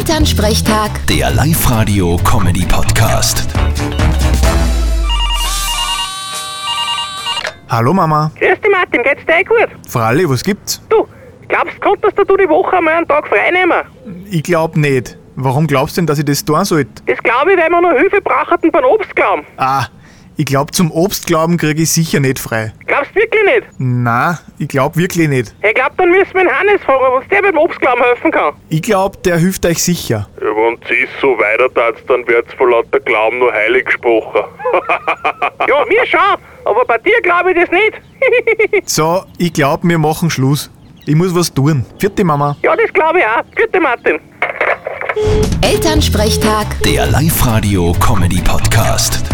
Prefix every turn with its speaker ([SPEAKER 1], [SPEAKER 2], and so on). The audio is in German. [SPEAKER 1] Elternsprechtag,
[SPEAKER 2] Der Live-Radio-Comedy-Podcast.
[SPEAKER 3] Hallo Mama.
[SPEAKER 4] Grüß dich Martin, geht's dir eh gut?
[SPEAKER 3] Fralli, was gibt's?
[SPEAKER 4] Du, glaubst du, dass du die Woche einmal einen Tag frei nehmen?
[SPEAKER 3] Ich glaub nicht. Warum glaubst du denn, dass ich das tun sollte?
[SPEAKER 4] Das glaube ich, weil wir noch Hilfe brauchen beim Obstklauen.
[SPEAKER 3] Ah, ich glaub, zum Obstglauben krieg ich sicher nicht frei.
[SPEAKER 4] Glaubst du wirklich nicht?
[SPEAKER 3] Na, ich glaub wirklich nicht.
[SPEAKER 4] Ich glaube, dann müssen wir den Hannes fragen, was der beim Obstklauen helfen kann.
[SPEAKER 3] Ich glaub, der hilft euch sicher.
[SPEAKER 5] Ja, wenn sie es so weitertat, dann wird's vor lauter Glauben nur heilig gesprochen.
[SPEAKER 4] Ja, mir schon, aber bei dir glaube ich das nicht.
[SPEAKER 3] So, ich glaub, wir machen Schluss. Ich muss was tun. Vierte Mama.
[SPEAKER 4] ja, das glaube ich auch. Gute Martin.
[SPEAKER 1] Elternsprechtag.
[SPEAKER 2] Der Live-Radio-Comedy-Podcast.